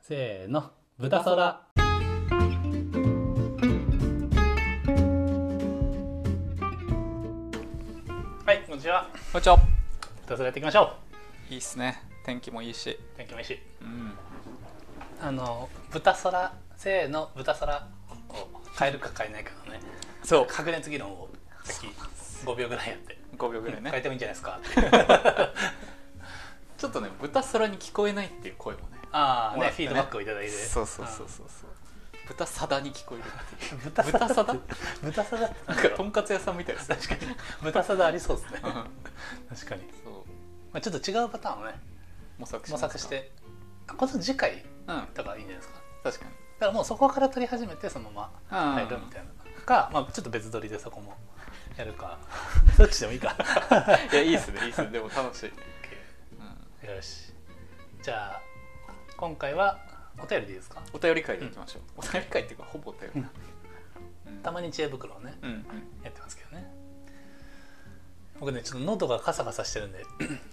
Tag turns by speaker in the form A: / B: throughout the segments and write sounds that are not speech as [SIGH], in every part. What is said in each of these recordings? A: せーの豚そらはいこんにちは
B: こんにちは
A: 豚そらやっていきましょ
B: いいっすね天気もいいし
A: う天気もいいし
B: うん
A: あの豚そらせーの豚そらを変えるか変えないかのね
B: そう
A: 確熱議論をさっき5秒ぐらいやって
B: 5秒ぐらい
A: 変え
B: ね
A: てもいいんじゃないですか
B: ちょっとね豚空に聞こえないっていう声もね
A: [LAUGHS] ああ
B: も
A: ね
B: らっ
A: フ
B: て
A: ィードバックをいただいて
B: そうそうそうそうそう豚さだに聞こえるって
A: うん
B: いう
A: 豚
B: 豚
A: さ
B: さ
A: だ
B: だ
A: 豚さだ [LAUGHS] ってなん
B: [LAUGHS] なんか
A: か
B: とんかつ屋さんみたいですね
A: 確かに豚さだありそうですね
B: うん
A: 確かに、
B: そう
A: まあ、ちょっと違うパターンをね
B: 模索し
A: 模
B: ますか
A: 索してあこの次回
B: うん
A: とかいいんじゃないですか
B: 確かに
A: だからもうそこから取り始めてそのまま
B: う
A: 入
B: ん
A: るみたいなか、まあ、ちょっと別撮りでそこもやるか [LAUGHS] どっちでもいいか
B: いやいいっすねいいっすねでも楽しい、うん、
A: よしじゃあ今回はお便りでいいですか
B: お便り会でいきましょう、お便り会っていうかほぼお便りだ
A: たまに知恵袋をね
B: うんうん
A: やってますけどね僕ねちょっと喉がカサカサしてるんでい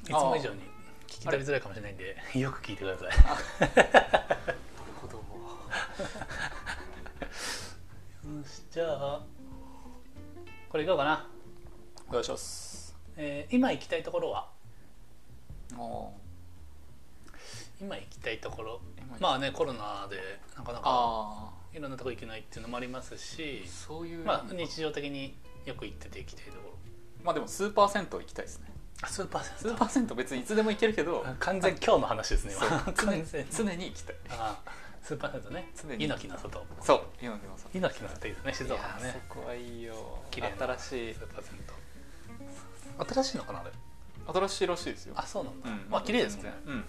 A: つも以上に聞き取りづらいかもしれないんでよく聞いてください
B: なるほど
A: よしじゃあこれいこうかな、
B: お願いします
A: えー今行きたいところは
B: お
A: 今行きたいところ
B: 今行き
A: まあねコロナでなかなか
B: あ
A: いろんなとこ行けないっていうのもありますし
B: あ、そういう
A: まあ、日常的によく行ってて行きたいところ
B: まあでもスーパー銭湯行きたいですね
A: あスーパー
B: ス
A: 銭
B: ーパー銭湯別にいつでも行けるけど
A: 湯完全今日の話ですね
B: そう
A: 今
B: 常
A: 完
B: に
A: 全
B: 常に行きたい
A: ああスーパー銭湯ね
B: 常に
A: 猪木の外
B: そう今でもさ
A: 猪木の外いいですね静岡の
B: いや
A: ね
B: そこはいいよ
A: 綺麗な
B: 新しい
A: スーパー銭湯新しいのかなあれ
B: 新しいらしいですよ
A: あそうなんだ、
B: うん
A: まあ綺麗ですもんね
B: 全然うん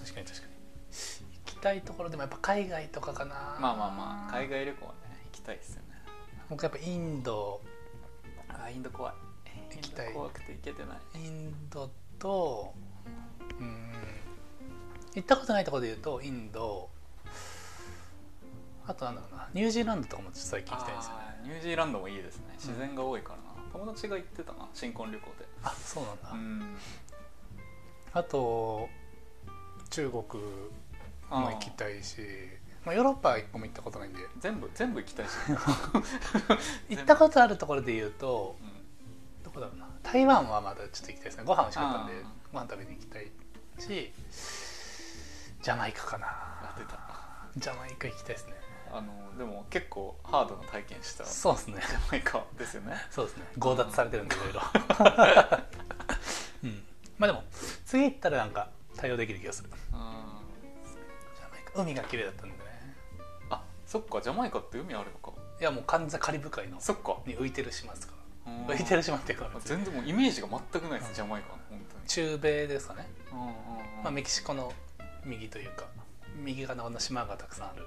A: 確かに確かに行きたいところでもやっぱ海外とかかな
B: まあまあまあ海外旅行はね行きたいですよね
A: 僕やっぱインド
B: あインド怖い
A: 行きたい
B: インド怖くて行けてない
A: インドとうーん行ったことないところで言うとインドあとなんだろうなニュージーランドとかもちょっと最近行きたいんですよね
B: あーニュージーランドもいいですね自然が多いからな、友達が行ってたな新婚旅行で
A: あそうなんだ、
B: うん
A: あと中国
B: あー
A: も行きたいしまあ、ヨーロッパは一個も行ったことないんで
B: 全部全部行
A: [LAUGHS]
B: きたいし、
A: 行ったことあるところで言うと
B: うん
A: どこだろうな台湾はまだちょっと行きたいですねご飯美味しかったんで
B: あー
A: ご飯食べに行きたいしジャマイカかな
B: あ出た
A: ジャマイカ行きたいですね
B: あのでも結構ハードな体験したジ
A: そうですね
B: ャマイカですよね
A: そうですね強奪されてるんでい
B: [LAUGHS]
A: ろいろうんまあでも次行ったらなんか対応できる気がするジ
B: うん
A: ャマイカ海が綺麗だったんでね
B: あそっかジャマイカって海あるのか
A: いやもう完全カリブ海の
B: そっか
A: に浮いてる島ですか
B: うん
A: ら浮いてる島っていうか別に
B: 全然もうイメージが全くないですジャマイカの本
A: 中米ですかね、
B: 当にうんうんうん
A: まあ、メキシコの右というか右側の島がたくさんある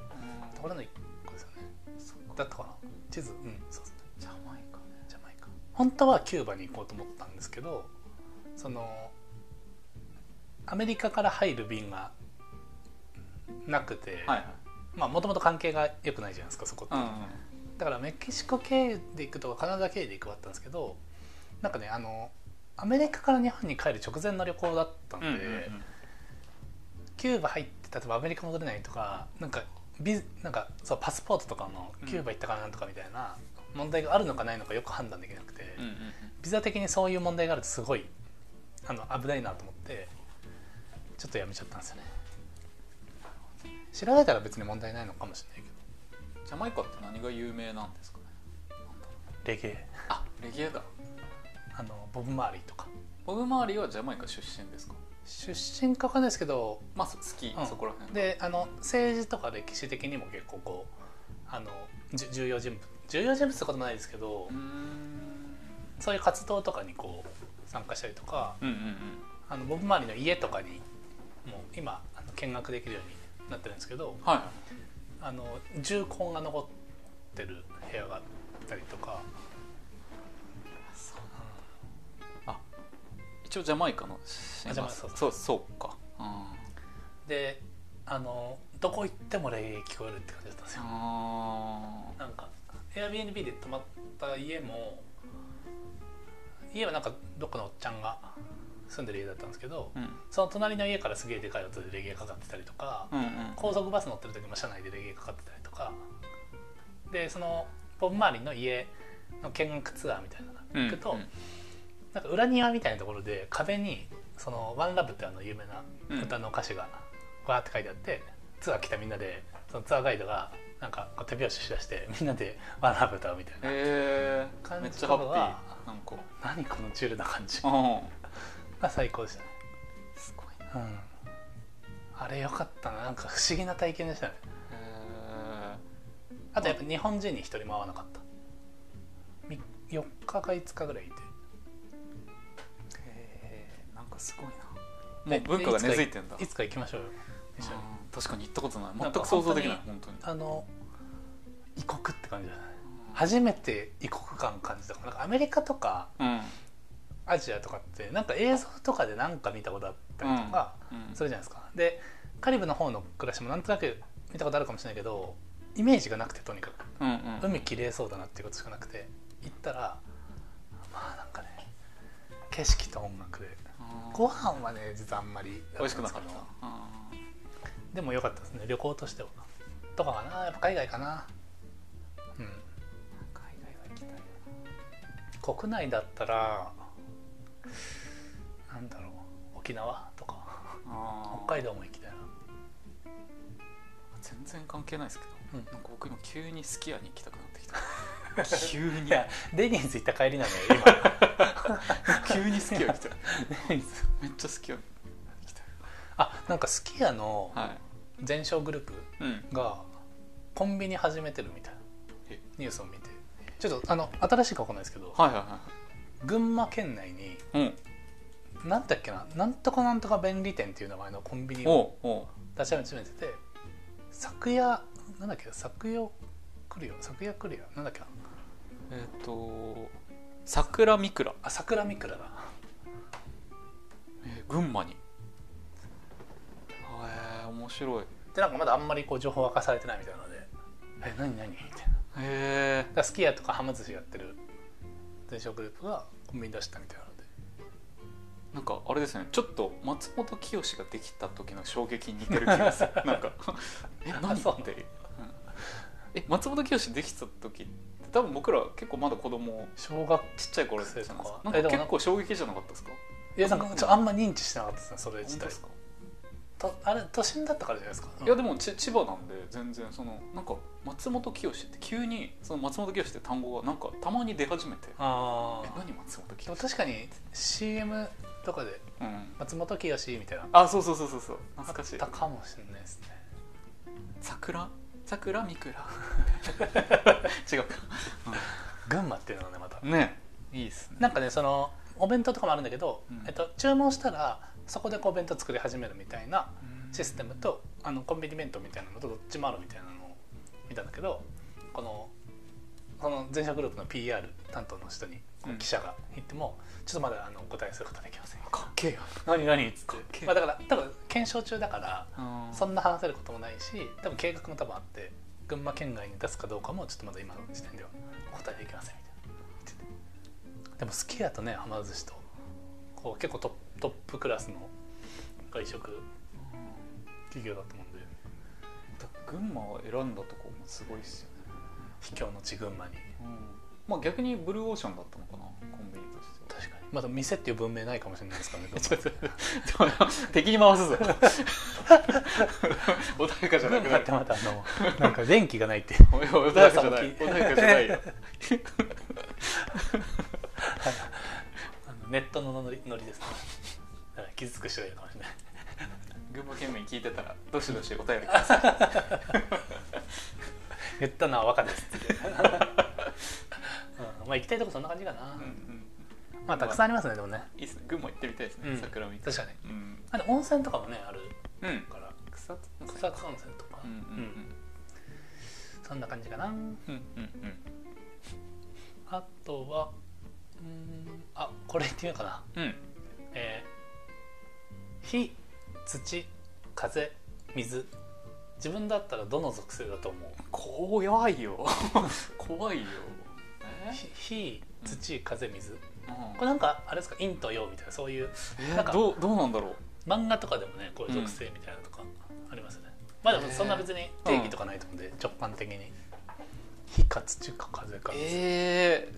B: うん
A: ところの一個ですよね
B: そっか
A: だったかな地図うんそうですね
B: ジャマイカね
A: ジャマイカ本当はキューバに行こうと思ったんですけどそのアメリカから入る便がなくて
B: はいはい
A: まあもともと関係が良くないじゃないですかそこって、
B: うんうん
A: だからメキシコ経由で行くとかカナダ経由で行くはあったんですけどなんかねあのアメリカから日本に帰る直前の旅行だったんで、
B: うんうんうん
A: キューバ入って例えばアメリカ戻れないとかなんかビズなんかそうパスポートとかのキューバ行ったからなんとかみたいな問題があるのかないのかよく判断できなくて、
B: うんうんうん
A: ビザ的にそういう問題があるとすごいあの危ないなと思ってちょっとやめちゃったんですよね調べたら別に問題ないのかもしれない
B: ジャマイカって何が有名なんですかね
A: けどレゲエ
B: あレゲエだ
A: あのボブ・マーリーとか
B: ボブ・マーリーはジャマイカ出身ですか
A: 出身かわかんないですけど
B: まあそ好き、
A: うん
B: そこら辺が
A: であの政治とか歴史的にも結構こうあのじゅ重要人物重要人物ってこともないですけど、
B: うーん
A: そういう活動とかにこう参加したりとか
B: うんうん
A: あのボブ・マーリーの家とかにもう今あの見学できるようになってるんですけど、
B: うんはいはい
A: あの銃痕が残ってる部屋があったりとか
B: 一応ジャマイカのシンガー
A: あジャマイカ
B: そうそうかうん
A: であのどこ行ってもレゲエ聞こえるって感じだったんですよ
B: あ
A: なんか Airbnb で泊まった家も家はなんかどっかのおっちゃんが住んでる家だったんですけど、
B: うん
A: その隣の家からすげえでかい音でレゲエかかってたりとか、
B: うんうん
A: 高速バス乗ってる時も車内でレゲエかかってたりとかでそのボブ・マーリンの家の見学ツアーみたいな
B: う
A: の
B: ん
A: 行くと、
B: うん
A: なんか裏庭みたいなところで壁に「そのワンラブってあの有名な
B: うん
A: 歌の歌詞がわーって書いてあって、ツアー来たみんなでそのツアーガイドがなんかこう手拍子しだしてみんなで「ワンラブ歌うみたいな
B: えー、
A: 感
B: めっ
A: じ
B: ち
A: と
B: ゃ
A: か
B: ハ
A: は
B: ッピーなんか
A: 何このチュールな感じ
B: う
A: が最高でしたね、
B: んすごいな
A: うん、あれよかったななんか不思議な体験でしたね
B: え
A: あとやっぱ日本人に一人も会わなかったみ4日か5日ぐらいいて
B: ーえー、なんかすごいな
A: で
B: もう文化が根付いてん
A: い
B: だ
A: つかいつか行きましょうよ一緒に
B: うん確かに行ったことない
A: な
B: 全
A: んか
B: く想像できない本当に
A: あの異国って感じじゃない初めて異国感感じたからなんかアメリカとか
B: うん
A: アジアとかってなんか映像とかでなんか見たことあったりとか
B: うん
A: するじゃないですかでカリブの方の暮らしもなんとなく見たことあるかもしれないけどイメージがなくてとにかく
B: うんうん
A: 海綺麗そうだなっていうことしかなくて行ったらまあなんかね景色と音楽で
B: うん
A: ご飯はね実はあんまり
B: 美味しくなか
A: だ
B: っ
A: んです
B: たうん
A: けどでも良かったですね旅行としてはとかかなやっぱ海外かなうん
B: 海外は行きたいな
A: 国内だったらなんだろう沖縄とか
B: あー
A: 北海道も行きたいな
B: 全然関係ないですけど、
A: うん
B: なんか僕今急にスキヤに行きたくなってき [LAUGHS] た急に
A: いやデニーズ行った帰りなのよ
B: 急にスキヤ行 [LAUGHS] きたい
A: 今デニーズ
B: めっちゃスキヤ行きたい
A: あなんかすき家の
B: は
A: 全商グループ
B: い、うん、
A: がコンビニ始めてるみたいな
B: え
A: ニュースを見てちょっとあの新しいかわかんないですけど
B: はいは
A: 群馬県内に
B: いはい
A: なんだっけななんとかなんとか便利店っていう名前のコンビ
B: う
A: ニ
B: んお
A: を
B: うおう
A: 立ち始めてて昨夜なんだっけ昨夜来るよ昨夜来るよなんだっけな
B: えっ、と桜みくら、
A: あ桜みくらだ
B: えー群馬にへえ面白いへ
A: でなんかまだあんまりこう情報は明かされてないみたいなので「え何何?」みたいなだか
B: え
A: らすき家とかはま寿司やってる全商グループがコンビニ出したみたいなので
B: なんかあれですねちょっと松本清ができた時の衝撃に似てる気
A: [LAUGHS]
B: がするなんかえ何
A: あ
B: っ
A: そう
B: ていう、うんえ松本清できた時って多分僕ら結構まだ子供
A: 小学
B: ちっちゃい頃じゃないですか
A: そうか
B: なん
A: え
B: か
A: でもなんか
B: 結構衝撃じゃなかったですか
A: いやなんかちょっとあんま認知してなかったですねそれ
B: 本
A: 自
B: 当
A: 体
B: ですか
A: とあれ都心だったからじゃないですか、
B: いやでもち千葉なんで全然そのなんか松本清って急にその松本清って単語がなんかたまに出始めて
A: あ
B: え
A: ー
B: 何松本
A: でも
B: 清
A: 確かに CM とかで
B: うん
A: 松本清みたいな
B: あそうそうそうそうそう
A: あ
B: 懐
A: っ
B: かしい
A: たかもしれないですね
B: 桜桜み [LAUGHS] くら違うか
A: 群馬っていうのはねまた
B: ねいいっすね
A: なんかねそのお弁当とかもあるんだけど、
B: うん
A: えっと、注文したらそこでこうお弁当作り始めるみたいな
B: うん
A: システムとあのコンビニ弁当みたいなのとどっちもあるみたいなのを見たんだけどこのこの全社グループの PR 担当の人にこの記者が行っても、ちょっとまだあのお答えすることはできません
B: かっけえや
A: 何何っつ
B: かっ
A: っ
B: け
A: て、
B: え
A: まあ、だから多分検証中だから
B: あー
A: そんな話せることもないし多分計画も多分あって群馬県外に出すかどうかもちょっとまだ今の時点ではお答えできませんみたいな言っててでもすき家とねはま寿司とこう結構トップトップクラスの外食企業だと思うんで
B: 群馬を選んだとこもすごいっすよね、
A: 秘境の地群馬に
B: うん、まあ逆にブルーオーシャンだったのかなコンビニとして
A: 確
B: は [LAUGHS]
A: かにまだ店っていう文明ないかもしれないですから [LAUGHS] ね
B: ちょっと敵に回す [LAUGHS] ぞ穏やかじゃ
A: 群
B: なく
A: 馬
B: な
A: っ
B: る
A: てまたあのなんか電気がないって
B: おいおい穏やかじゃない穏やかじゃないよ
A: あのネットのノリノリですねだから傷つく人がいるかもしれ [LAUGHS] ない
B: [LAUGHS] 群馬県民聞いてたらどしどしお便りください
A: 言ったのは分かんないです [LAUGHS] って、うん、まあ行きたいとこそんな感じかな、まあたくさんありますねでもね
B: いいっすね群馬行ってみたいですね、
A: うん
B: 桜見て
A: 確かに
B: うん、
A: あと温泉とかもねある
B: うん、
A: から
B: 草津温泉
A: 草津温泉とか、
B: うん
A: そんな感じかな
B: うんうんうんうんうん
A: あとはうーんあこれ言ってみようかな
B: うん
A: えー火土風水自分だったらどの属性だと思う
B: [LAUGHS] 怖いよ怖いよえ
A: ひ火土風水これなんかあれですか陰と陽みたいなそういう
B: えー
A: なんか
B: どうどうなんだろう
A: 漫画とかでもねこういう属性みたいなのとかありますよね、まあでもそんな別に定義とかないと思うんで、直感的に火か土か風かです、
B: え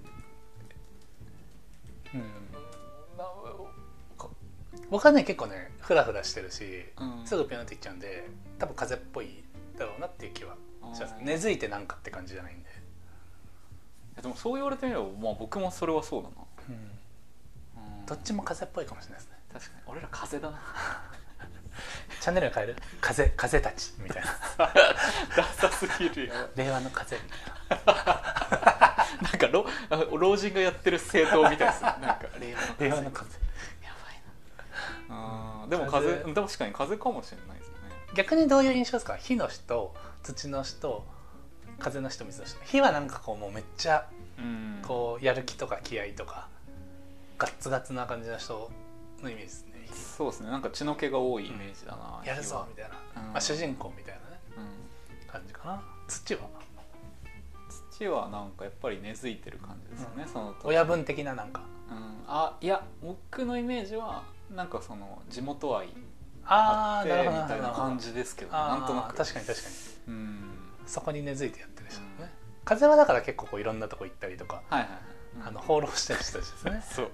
A: うん
B: ーな
A: 僕はね結構ねフラフラしてるし、
B: うん
A: すぐピュンっていっちゃうんで多分風っぽいだろうなっていう気はします
B: あー
A: 根付いてなんかって感じじゃないんで、
B: でもそう言われてみれば、まあ、僕もそれはそうだな、
A: どっちも風っぽいかもしれないですね
B: 確かに俺ら風だな [LAUGHS]
A: チャンネルを変える風風たちみたいな
B: [LAUGHS] ダサすぎるやん
A: 令和の風みたいな
B: なんか老あ老人がやってる政党みたいですね [LAUGHS] なんか令和の風
A: 令和の風
B: やばいなあーでも風
A: 風
B: 確かに風かもしれないですね
A: 逆にどういう印象ですか火の人土の人風の人水の人火はなんかこうもうめっちゃ
B: うん
A: こうやる気とか気合とかガッツガツな感じの人のイメージですね
B: そうですねなんか血の気が多いイメージだな、
A: やるぞみたいな、
B: うん
A: まあ、主人公みたいなね
B: 火は、うん
A: 感じかな土は
B: 土はなんかやっぱり根付いてる感じですよね、その土地
A: 親分的ななんか
B: うん、あいや僕のイメージはなんかその地元愛あ
A: あ
B: っ
A: あ
B: て
A: なるほど
B: みたいな感
A: じ
B: じですけどね
A: な
B: なんん
A: と
B: と
A: な
B: な
A: く
B: く
A: 確かに確かに
B: うん
A: そこに根付いてやってる人ね、風はだから結構こういろんなとこ行ったりとか、
B: はいはいはい、うん
A: あの放浪してる人たちです
B: [LAUGHS]
A: ね
B: そう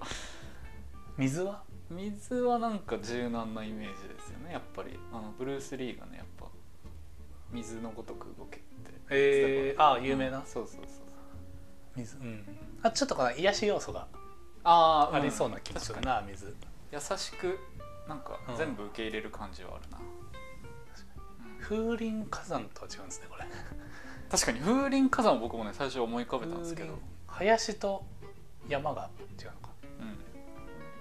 A: 水は
B: 水はなんか柔軟なイメージですよねやっぱりあのブルース・リーがねやっぱ水のごとく動けって
A: えーああ有名な
B: うんそうそうそうそう
A: 水うんあちょっとこの癒し要素が
B: あ
A: ありそうな気もする
B: 確
A: な、
B: か
A: 水
B: に優しくなんか
A: うん
B: 全部受け入れる感じはあるな、
A: 風林火山とは違うんですねこれ
B: 確かに風林火山を僕もね最初思い浮かべたんですけど、
A: 風林林と山が違うのか
B: うん、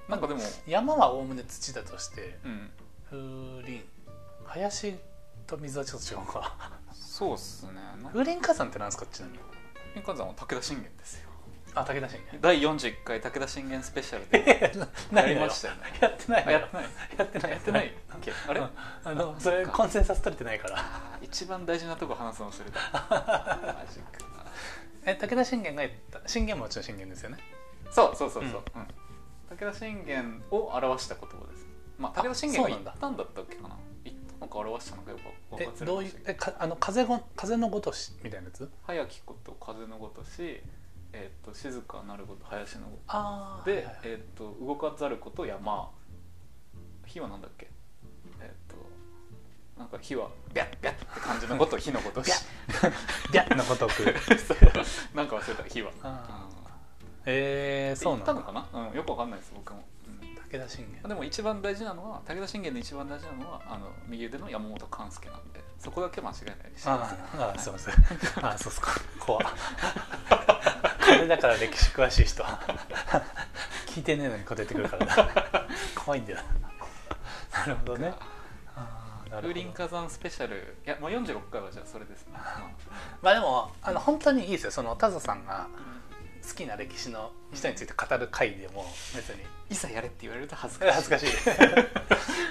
B: なんかでも、
A: 山はおおむね土だとして
B: うん、
A: 風林林と水はちょっと違うのか [LAUGHS]
B: そうっすね
A: 風林火山ってなんですかちなみに
B: 風林火山は武田信玄ですよ
A: あ武田信玄
B: 第41回武田信玄スペシャルで [LAUGHS] やりましたよね
A: [LAUGHS] やってない
B: あ
A: よ
B: やってない
A: やってない
B: やってないっけあれ
A: うんあのそれコンセンサス取れてないから
B: 一番大事なとこ話すの忘
A: [LAUGHS]
B: れたマジか
A: え武田信玄が言った信玄もうちの信玄ですよね
B: そうそうそうそう、
A: うん
B: うん武田信玄を表した言葉ですまあ武田信玄が言ったんだったっけかな言ったのか表したのかよく分
A: え
B: かって
A: どういうえかあの風ご風のごとしみたいなやつ
B: 早きこと風のごとし、えー、と静かなること林のごと
A: あ
B: で、
A: で、え
B: えー、と動かざること山火はなんだっけえっ、となんか火はビャッビャッって感じの
A: [LAUGHS]
B: ことを火のごとし
A: ビャッのごとく
B: [LAUGHS] そうなんか忘れた火は
A: あ
B: うん
A: [LAUGHS] えー、
B: そ
A: そううな
B: なった
A: の
B: のかな、うん、よくわかんないです僕も、うん
A: 武田信玄
B: でも一番大事なのは武田信玄の一番大事なのはあの右腕の山本勘介なんでそこだけ間違いないです
A: あああすいま [LAUGHS] せんあそうっすか怖っこれだから歴史詳しい人聞いてねえのに答えてくるからな [LAUGHS] 怖いんだよななるほどねあーなるほ
B: 風
A: ど
B: 林火山スペシャルいやもう46回はじゃあそれで
A: [LAUGHS]
B: すね、ま
A: まあでもあの本当にいいですよその田ザさんが
B: あ
A: 好きな歴史の人について語る回でも別に
B: いざやれって言われると恥ずかしい
A: 恥ずか [LAUGHS] しい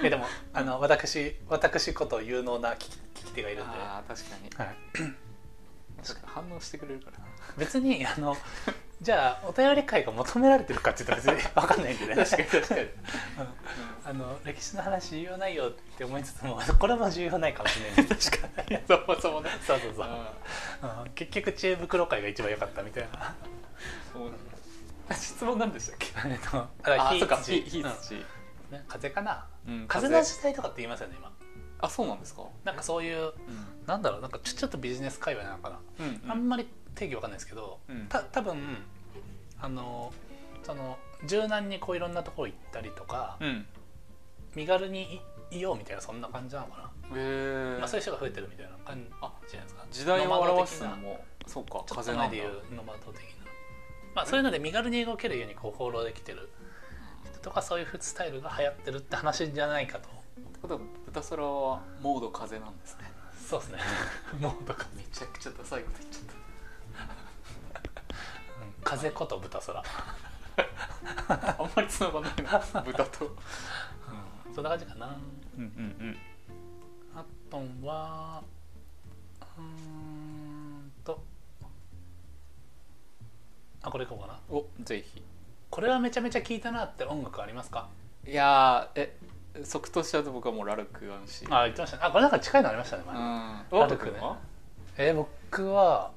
A: えでもあの私私こと有能な聞き聞き手がいるんで、は
B: あー確かに
A: い、
B: 確かに反応してくれるから
A: 別にあのじゃあお便り会が求められてるかって言ったら別に分かんないんでね確かに確かにあの歴史の話重要ないよって思いつつもこれも重要ないかもしれないんで確かに
B: そもそもね
A: そうそうそう
B: あ
A: うん結局知恵袋会が一番良かったみたいな
B: ーもう質問なんでしたっけ
A: えっとあ
B: あ
A: 火 [LAUGHS]
B: ーそうか
A: 土
B: 火火
A: うん
B: 土、
A: ね風かな
B: うん
A: 風の時代とかって言いますよね今
B: あそうなんですか
A: なんかそういう
B: う
A: なんだろうなんかちょちょっとビジネス界隈なのかな、
B: んうん
A: あんまり定義わかんないですけど、
B: うん
A: た多分あのその柔軟にこういろんなところ行ったりとか、
B: うん
A: 身軽にいいようみたいなそんな感じなのかな、
B: へえ
A: まあ、そういう人が増えてるみたいな感じじゃないですか
B: 時代を表す
A: ノマ
B: の
A: ド的な
B: もそうか
A: ちょっ
B: 風
A: と
B: な
A: 前
B: んだ
A: で言うノマド的な、まあ、そういうので身軽に動けるようにこう放浪できてる人とかそういうスタイルが流行ってるって話じゃないかと
B: ってことは豚皿はモード風なんですね
A: そうですね [LAUGHS] もうとか、
B: めちゃくちゃダサいこと言っちゃっ
A: うん風こと豚空
B: たあんまり繋がんないな豚
A: [LAUGHS]
B: と
A: そんな感じかな
B: うんうん
A: あとはうーんとあこれいこうかな
B: うんおぜひ
A: これはめちゃめちゃ聴いたなって音楽ありますか
B: いやーえ即答しちゃうと僕はもうラルクがんし
A: あ言ってましたねあこれなんか近いのありましたね前、
B: うん
A: ラルクねえー僕は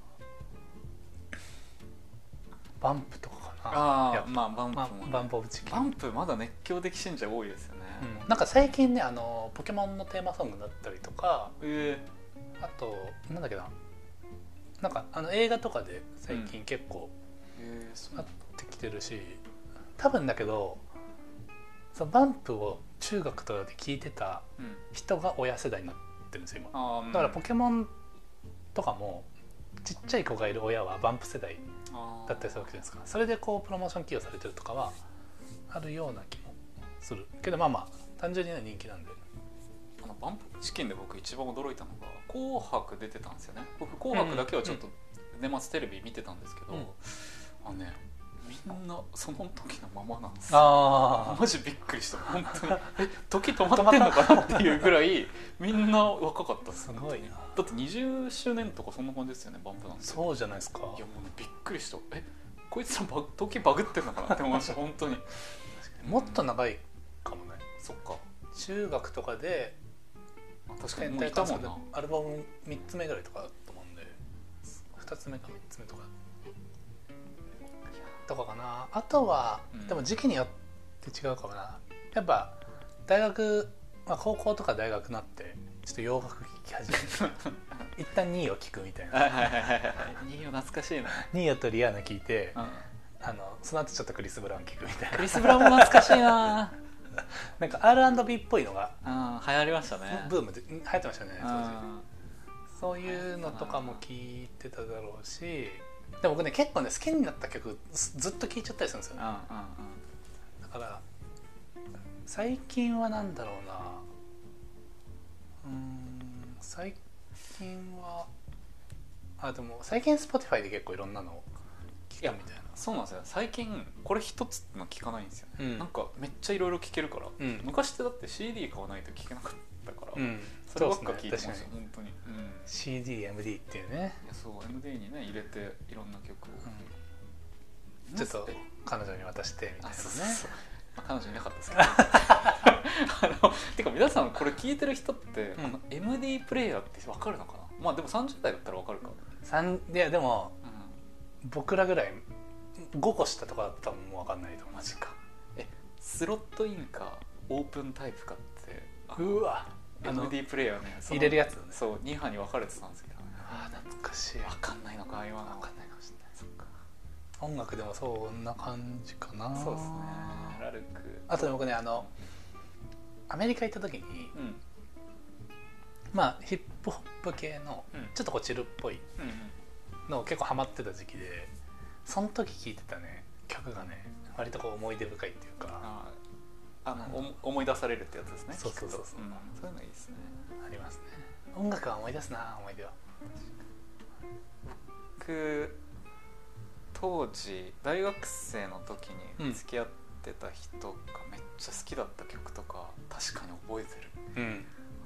A: バンプとかかな
B: あ
A: やっ
B: あまあバンプ
A: ぱ
B: もね
A: バンプオブチキン
B: バンプまだ熱狂的信者多いですよね、
A: うんなんか最近ねあのポケモンのテーマソングだったりとか
B: え
A: あとなんだっけななんかあの映画とかで最近結構
B: ーえーそう
A: なってきてるし、多分だけどそのバンプを中学とかで聞いてた
B: うん
A: 人が親世代になってるんですよ今
B: あーうん
A: だからポケモンとかもちっちゃい子がいる親はバンプ世代
B: あー
A: だったりするわけじゃないですかそれでこうプロモーション起用されてるとかはあるような気もするけどまあまあ単純にね人気なんで
B: あのバンプチキンで僕一番驚いたのが「紅白」出てたんですよね僕「紅白」だけはちょっと年末テレビ見てたんですけど、
A: うん
B: あのねみんなその時のままなんですよ
A: あ
B: マジびっく
A: [LAUGHS]
B: りした本当にえ時止まってんのかなっていうぐらいみんな若かったっす
A: すごいな
B: だって20周年とかそんな感じですよねバンプなんて
A: そうじゃないですか
B: いやもうびっくりしたえこいつらバグ時バグってんのかなって思いました本当に
A: もっと長いかもね
B: そっか
A: 中学とかで
B: 確か
A: 全
B: にもう
A: 体
B: いた
A: 感
B: も
A: 想
B: ん
A: で
B: な
A: アルバム3つ目ぐらいとかだと思うんで2つ目か3つ目とかとかかなあとは、
B: うん
A: でも時期によって違うかもなやっぱ大学、まあ、高校とか大学になってちょっと洋楽聴き始めて
B: [LAUGHS]
A: 一旦ニーを聴くみたいな
B: はいはいはいはいはいニーヨ懐かしいな、
A: ニーとリアーナ聴いて
B: うん
A: あのその後ちょっとクリス・ブラウン聴くみたいな
B: クリス・ブラウンも懐かしいな
A: なんか R&B っぽいのが
B: うん流行りましたね
A: ブームで流行ってましたね
B: う
A: 当時
B: ん
A: そういうのとかも聞いてただろうしでも僕ね結構ね好きになった曲ずずっと聴いちゃったりするんですよ
B: うんう
A: ね
B: ん
A: だから最近はなんだろうなうーん最近はあでも最近 Spotify で結構いろんなのを
B: い
A: 聴
B: や
A: くみたいな
B: そうなんですよ最近これ一つっての聞かないんですよね、
A: うん
B: なんかめっちゃいろいろ聞けるから、
A: うん
B: 昔ってだって CD 買わないと聞けなかったから、
A: うん
B: そればっか聞いて
A: そ
B: ま
A: うです
B: した、
A: ね確かに
B: 本当に、うん、い
A: CDMD っていうね、
B: やそう MD にね入れていろんな曲を、
A: う
B: うん
A: ん、ちょっと彼女に渡してみたい
B: あそ
A: な
B: うそう
A: ね
B: そう、まあ、彼女いなかったですけど [LAUGHS] あのてか皆さんこれ聞いてる人って、
A: うん
B: この MD プレイヤーって分かるのかなまあでも30代だったら分かるか、
A: 三いやでも
B: うん、
A: 僕らぐらい5個下とかだったらもう分かんないと思う
B: マジかえスロットインかオープンタイプかってあの
A: うわあの
B: MD プレイヤーねその
A: 入れるやつだね
B: そう2波に分かれてたんですけど、ね、
A: あー懐かしい
B: 分かんないのか今の
A: 分かんないかもしれない
B: そっか
A: 音楽でもそんな感じかな
B: そうですねラルク
A: あとね僕ねあのアメリカ行った時に
B: うんうん
A: まあヒップホップ系の
B: うん
A: ちょっとこうチルっぽい
B: うん
A: の結構ハマってた時期でその時聴いてたね曲がね割とこう思い出深いっていうか
B: あーあのおも思い出されるってやつですね
A: そうそうそう
B: 聞くとんそういうのいいですね
A: ありますね音楽は思い出すな思い出は
B: 僕当時大学生の時
A: うん
B: に付き合ってた人がめっちゃ好きだった曲とか確かに覚えて
A: う
B: る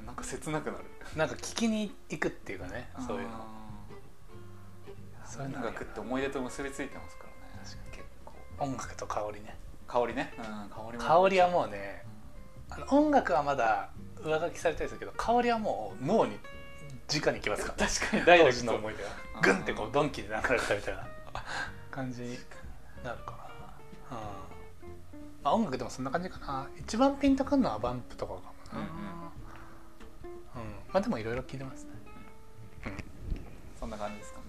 A: ん
B: なんか切なくなる
A: なんか聴きに行くっていうかね [LAUGHS] そういうの
B: あー
A: そういうのあ
B: 音
A: るよな
B: 楽って思い出と結びついてますからね
A: 確
B: 結構
A: 音楽と香りね
B: 香りね、うん、香りも
A: 香りはもうねあの音楽はまだ上書きされたりするけど香りはもう脳に直にきますから、ね、
B: 確かにダイレ
A: 当
B: ク
A: 時
B: ト
A: の思い出は
B: うん
A: グンってこうドンキで流れたみたいな感じになるかな、うんまあ、音楽でもそんな感じかな一番ピンとくるのはバンプとかかもな、
B: うん
A: うんまあでもいろいろ聞いてますね
B: そんな感じですかね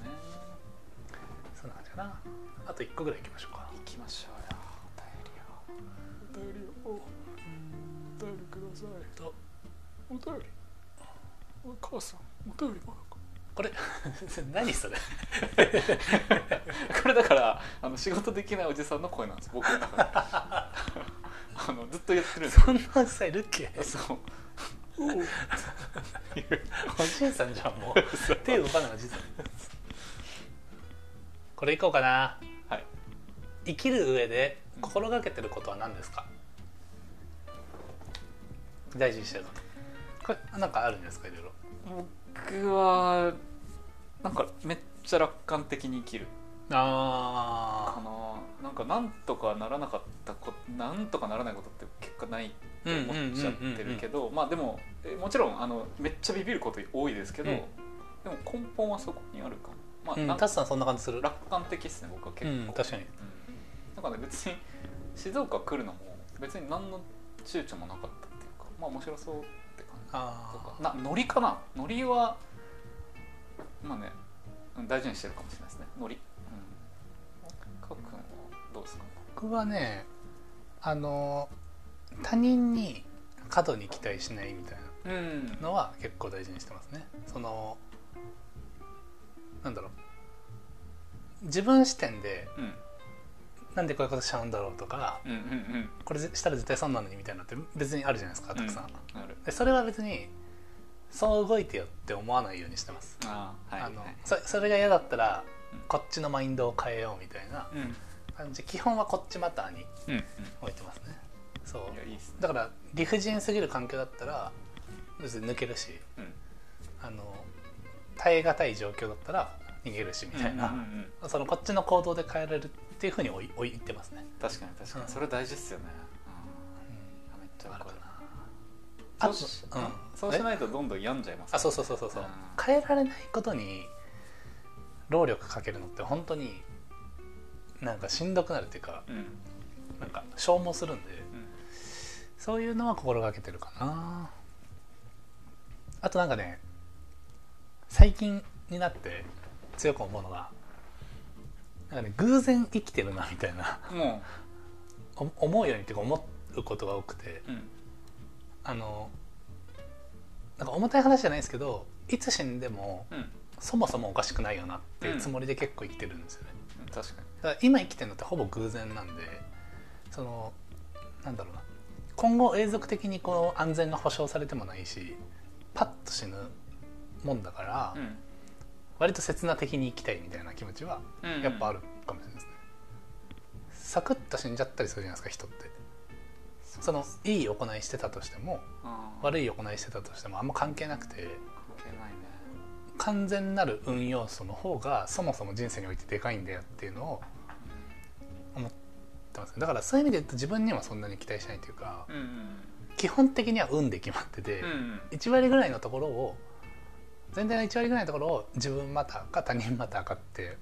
A: そんな感じかなあと1個ぐらいいきましょうか
B: 行きましょうよお便りをお便りをお便りください
A: と
B: お便りお母さんお便りも
A: これ [LAUGHS] 何 [LAUGHS] それ
B: [LAUGHS] これだからあの仕事できないおじさんの声なんです僕の中で [LAUGHS] あのずっとやってるんです
A: そんなおじさんい [LAUGHS] るっけ
B: よそう
A: おじいさんじゃんもう手動かないおじいさんこれいこうかな
B: はい
A: 生きる上で心がけてることは何ですか、大事にしてることこれなんかあるんですかいろいろ
B: 僕はなんかめっちゃ楽観的に生きるか
A: あ
B: ななんかなんとかならなかったこなんとかならないことって結果ないって思っちゃってるけどまあでもえもちろんあのめっちゃビビること多いですけど、
A: うん
B: でも根本はそこにあるかも、まあ
A: うん
B: なん
A: タ
B: か
A: スさんそんな感じする
B: 楽観的ですね僕は結
A: う
B: 構、
A: ん確かに
B: うんだからね別に静岡来るのも別に何の躊躇もなかったっていうかまあ面白そうって感じと
A: あ
B: かなノリかなノリはまあねうん大事にしてるかもしれないですねノリうんかっくんはどうですか
A: 僕はねあの他人に過度に期待しないみたい
B: うん
A: なのは結構大事にしてますねそのなんだろう自分視点で
B: うん
A: なんでこういうことしちゃうんだろうとか
B: うんうんうん
A: これしたら絶対損なのにみたいなのって別にあるじゃないですかたくさん、
B: ある
A: でそれは別にそう動いてよって思わないようにしてます、
B: あーはい
A: あの
B: はい
A: そそれが嫌だったら
B: うん
A: こっちのマインドを変えようみたいな
B: うん
A: 感じ基本はこっちマターに
B: うんうん
A: 置いてますねそう
B: いやいいっすね
A: だから理不尽すぎる環境だったら別に抜けるし
B: うん
A: あの耐え難い状況だったら逃げるしみたいな、
B: うんうんうん
A: そのこっちの行動で変えられるっていうふうに置い置いてますね、
B: 確かに確か
A: うん
B: にそれ大事っすよねうんあめっち
A: う
B: ゃ
A: ん、
B: わ
A: ある
B: か
A: か
B: る
A: な
B: そうし
A: あとうん
B: そうしないとどんどん病んじゃいます
A: あそうそうそうそうそう
B: うん
A: 変えられないことに労力かけるのって本当になんかしんどくなるっていうか
B: うんうん
A: なんか消耗するんでそういうのは心がけてるかなあとなんかね最近になって強く思うのがなんかね偶然生きてるなみたいな
B: も
A: お思うようにっていうか思うことが多くて
B: ううん
A: あのなんか重たい話じゃないですけどいつ死んでも
B: うん
A: そもそもおかしくないよなっていうつもりで結構生きてるんですよね、
B: 確かに
A: だから今生きてるのってほぼ偶然なんでそのなんだろうな今後永続的にこの安全が保障されてもないしパッと死ぬもんだから、
B: う
A: 割と刹那的に生きたいみたいな気持ちは
B: んうん
A: やっぱあるかもしれないですね、サクッと死んじゃったりするじゃないですか人ってそのいい行いしてたとしても
B: 悪い
A: 悪い行いしてたとしてもあんま関係なくて
B: 関係ないね
A: 完全なる運要素の方がそもそも人生においてでかいんだよっていうのを思ってますねだからそういう意味で言うと自分にはそんなに期待しないというか
B: うんうん
A: 基本的には運で決まってて、
B: うんうん
A: 1割ぐらいのところを全体の1割ぐらいのところを自分またか他人またかって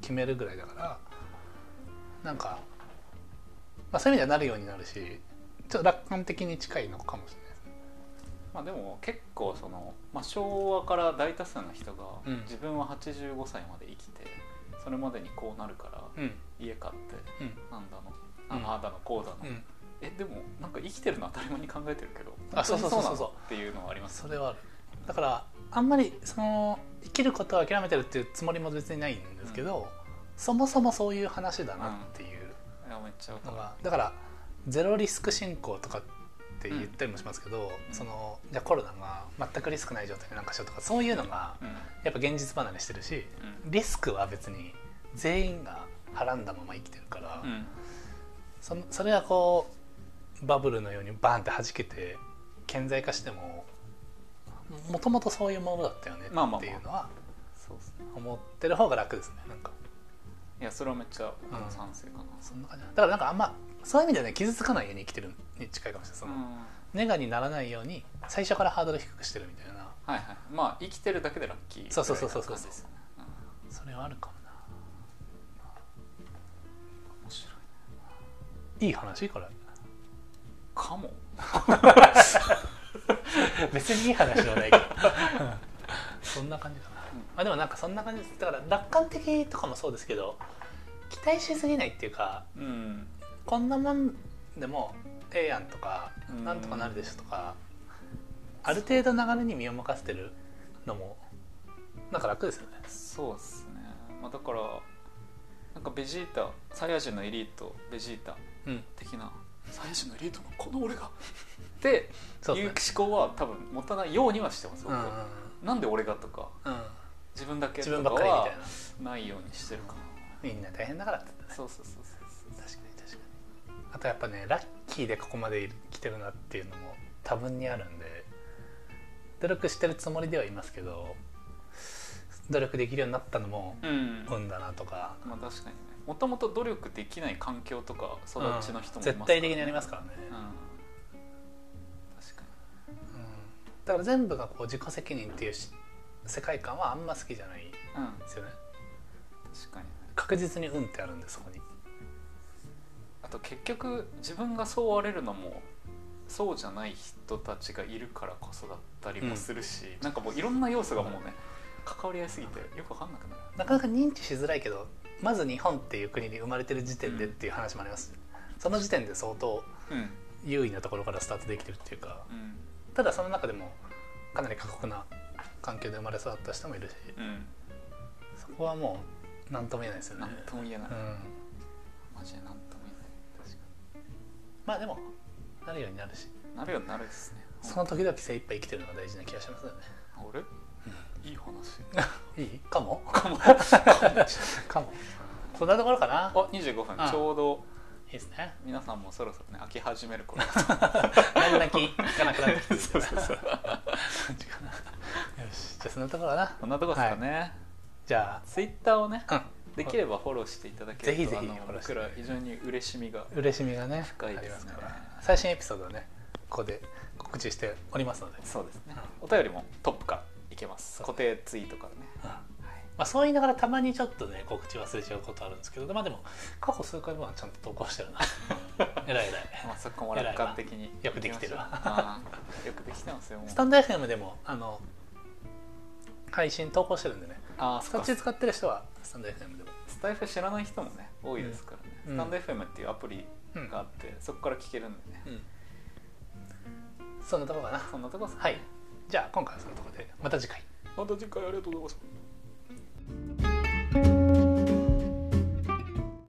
A: 決めるぐらいだからなんか、まあ、そういう意味ではなるようになるしちょっと楽観的に近いのかもし
B: まあでも結構その、まあ、昭和から大多数の人が
A: うん
B: 自分は85歳まで生きてそれまでにこうなるから
A: れないですね。
B: 家買っ
A: う
B: て
A: ん
B: なんだの
A: うん
B: ああだのこうだの、
A: うん、うん
B: えでもなんか生きてるの当たり前に考えてるけど
A: あそうそうそうそう
B: 本当になのっていうのはあります
A: それはあるだからあんまりその生きることを諦めてるっていうつもりも別にないんですけど、そもそもそういう話だなっていう
B: いやめっちゃわか
A: の
B: る
A: が、だからゼロリスク進行とかって言ったりもしますけど、
B: うん
A: そのじゃあコロナが全くリスクない状態でなんかしようとかそういうのが
B: うん
A: やっぱ現実離れしてるし
B: うん
A: リスクは別に全員がはらんだまま生きてるから、
B: うん
A: そのそれがこうバブルのようにバーンって弾けて顕在化してももともとそういうものだったよね
B: まあまあまあ
A: っていうのは
B: そうっすね
A: 思ってる方が楽ですねなんか
B: いやそれはめっちゃ僕
A: う
B: も
A: ん
B: 賛成かな、
A: そんな感じだからなんかあんまそういう意味ではね傷つかないように生きてるに近いかもしれないその、
B: うんはい
A: ネガにならないように最初からハードル低くしてるみたいな
B: はいまあ生きてるだけでラッキー
A: そうそうそうそうそう
B: ぐらいな感じですよねうん
A: それはあるかもな
B: 面白い
A: いい話これ
B: かも
A: [LAUGHS] 別にいい話ではないけど [LAUGHS] そんな感じかな、まあ、でもなんかそんな感じですだから楽観的とかもそうですけど期待しすぎないっていうか
B: うん
A: こんなもんでもええやんとか
B: うん
A: なんとかなるでしょとかある程度流れに身を任せてるのもなんか楽ですよね
B: そうっすね、まあ、だからなんかベジータサイヤ人のエリートベジータ
A: うん
B: 的なサイヤ人のエリートのこの俺がって
A: そう
B: いう
A: で
B: 思
A: すね
B: 考は多分持たないようにはしてます、
A: うん
B: 僕
A: うん
B: はなんで俺がとか
A: うんうん
B: 自分だけ
A: 自
B: と
A: 分
B: か
A: ばっかりみ
B: は
A: たいな
B: ないようにしてるか
A: みんな大変だからって言って
B: な
A: ね
B: そうそうそうそう
A: 確かに確かにあとやっぱねラッキーでここまで来てるなっていうのも多分にあるんで努力してるつもりではいますけど努力できるようになったのも
B: うん
A: 運だなとか、
B: まあ確かにねもともと努力できない環境とか育ちの人もいますからね、
A: 絶対的にありますからね、
B: うん確か
A: うんだから全部がこう自己責任っていうし世界観はあんま好きじゃないんで
B: にうん
A: すよね
B: 確かに
A: 確実に運ってあるんでそこに
B: あと結局自分がそうあれるのもそうじゃない人たちがいるからこそだったりもするし、なんかもういろんな要素がもうね関わり合いすぎてよく分かんなくなる
A: なかなか認知しづらいけどまず日本っていう国に生まれてる時点でっていう話もあります、その時点で相当
B: うん
A: 優位なところからスタートできてるっていうか
B: うん
A: ただその中でもかなり過酷な環境で生まれ育った人もいるし
B: うん
A: そこはもう何とも言えないですよね
B: 何とも言えない、
A: うん、
B: マジで何とも言えない確か
A: まあでもなるようになるし
B: になるようになるですね
A: その時々精一杯生きてるのが大事な気がしますよね
B: 俺いい話
A: [LAUGHS] いいかも
B: か
A: [LAUGHS]
B: も
A: かもそんなところかな
B: あ25
A: う
B: 分、
A: ん
B: ちょうど
A: いいですね
B: 皆さんもそろそろね飽き始める頃
A: [LAUGHS] 何泣きいかなくなってきてる
B: そうそうそう
A: よしじゃあそんなところかな
B: こんなとこですかね、
A: じゃ
B: ツイッターをね
A: あ、
B: できればフォローしていただけると
A: ぜひぜひ
B: あの
A: フォローして
B: 僕ら非常に嬉しみが
A: うん、嬉しみがね
B: 深い
A: あり
B: で
A: ます
B: すね
A: から最新エピソードをねここで告知しておりますので、
B: そうですね
A: うん
B: お便りもトップからいけます
A: そう
B: 固定ツイートからね
A: うんまあ、そう言いながらたまにちょっとね告知忘れちゃうことあるんですけどまあでも過去数回分はちゃんと投稿してる
B: [LAUGHS]
A: なえらいえらい
B: まあそこも楽観的に
A: 偉いわよくできてるわ
B: いきましょうあーよくできてますよもう
A: スタンド FM でもあの配信投稿してるんでね
B: あーそ
A: そ
B: っ
A: っ
B: か
A: ち使ってる人はスタンド FM でも
B: スタイフ知らない人もね多いですからね、
A: うん
B: スタンド FM っていうアプリがあって、そこから聞けるんでね
A: うんそんなとこかな
B: そんなとこですか
A: はいじゃあ今回はそのとこでまた次回
B: また次回ありがとうございます